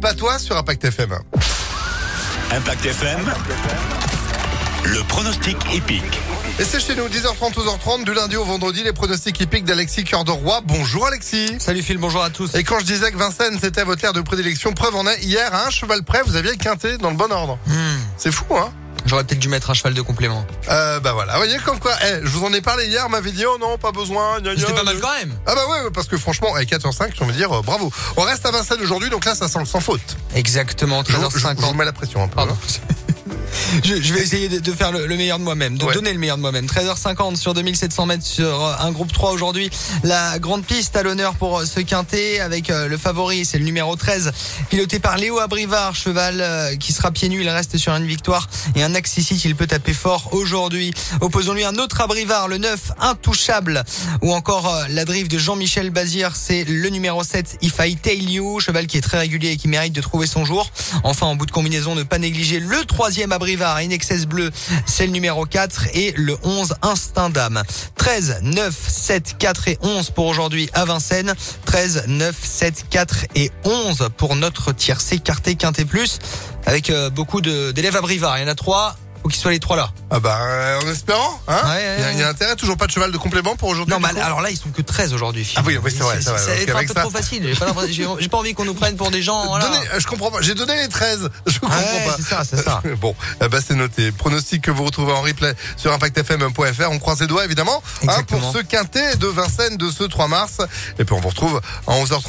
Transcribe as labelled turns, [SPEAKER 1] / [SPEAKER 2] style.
[SPEAKER 1] patois sur Impact FM.
[SPEAKER 2] Impact FM, le pronostic épique.
[SPEAKER 1] Et c'est chez nous, 10h30, 12h30, du lundi au vendredi, les pronostics hippiques d'Alexis Cœur de Roi. Bonjour Alexis
[SPEAKER 3] Salut Phil, bonjour à tous.
[SPEAKER 1] et quand je disais que Vincennes, c'était votre aire de prédilection, preuve en est, hier, à un cheval près, vous aviez quinté dans le bon ordre.
[SPEAKER 3] Hmm,
[SPEAKER 1] C'est fou, hein
[SPEAKER 3] J'aurais peut-être dû mettre un cheval de complément.
[SPEAKER 1] euh, Bah voilà, vous voyez comme quoi, eh, je vous en ai parlé hier, on m'avait dit, oh non, pas besoin, gna, gna,
[SPEAKER 3] C'était pas mal
[SPEAKER 1] euh.
[SPEAKER 3] quand même.
[SPEAKER 1] Ah bah ouais, ouais, parce que franchement, à 4h05, j'ai envie de dire, euh, bravo. On reste à Vincennes aujourd'hui, donc là, ça sent le sans faute.
[SPEAKER 3] Exactement,
[SPEAKER 1] Je, je- je
[SPEAKER 3] 13h50.
[SPEAKER 1] vous mets la pression un peu.
[SPEAKER 3] Pardon.
[SPEAKER 1] hein.
[SPEAKER 3] Je, je vais essayer de, de faire le, le meilleur de moi-même, de
[SPEAKER 1] Ouais.
[SPEAKER 3] donner le meilleur de moi-même. 13h50 sur 2700 mètres sur euh, un groupe 3 aujourd'hui. La grande piste à l'honneur pour euh, ce quintet avec euh, le favori, c'est le numéro 13, piloté par Léo Abrivard, cheval euh, qui sera pieds nus, il reste sur une victoire et un axe ici qu'il peut taper fort aujourd'hui. Opposons-lui un autre Abrivard, le 9, intouchable, ou encore euh, la drive de Jean-Michel Bazir, c'est le numéro 7, If I Tail You, cheval qui est très régulier et qui mérite de trouver son jour. Enfin, en bout de combinaison, ne pas négliger le troisième Abrivard, In Excess Bleu, c'est le numéro 4 et le 11 Instinct d'âme. 13, 9, 7, 4 et 11 pour aujourd'hui à Vincennes. 13, 9, 7, 4 et 11 pour notre tiercé quarté quintet plus avec euh, beaucoup de- d'élèves Abrivard. Il y en a trois. Faut qu'ils soient les trois là.
[SPEAKER 1] Ah bah, euh, en espérant, hein
[SPEAKER 3] Ouais, ouais,
[SPEAKER 1] Il y a-
[SPEAKER 3] ouais.
[SPEAKER 1] Il y a intérêt, toujours pas de cheval de complément pour aujourd'hui
[SPEAKER 3] Non, bah
[SPEAKER 1] du
[SPEAKER 3] mais
[SPEAKER 1] coup
[SPEAKER 3] alors là, ils sont que 13 aujourd'hui. Phil.
[SPEAKER 1] Ah oui, oui, c'est vrai, c'est vrai.
[SPEAKER 3] Ça va
[SPEAKER 1] Ok,
[SPEAKER 3] être un
[SPEAKER 1] avec
[SPEAKER 3] peu
[SPEAKER 1] ça-
[SPEAKER 3] trop facile. J'ai pas, l'impression- j'ai- j'ai pas envie qu'on nous prenne pour des gens. Voilà.
[SPEAKER 1] Donnez- euh, je comprends pas. J'ai donné les 13. Je comprends
[SPEAKER 3] Ouais,
[SPEAKER 1] pas.
[SPEAKER 3] c'est ça, c'est ça.
[SPEAKER 1] bon, eh ben, c'est noté. Pronostic que vous retrouvez en replay sur impactfm.fr. On croise les doigts, évidemment, hein,
[SPEAKER 3] Exactement.
[SPEAKER 1] pour ce quintet de Vincennes de ce 3 mars. Et puis, on vous retrouve à 11h30.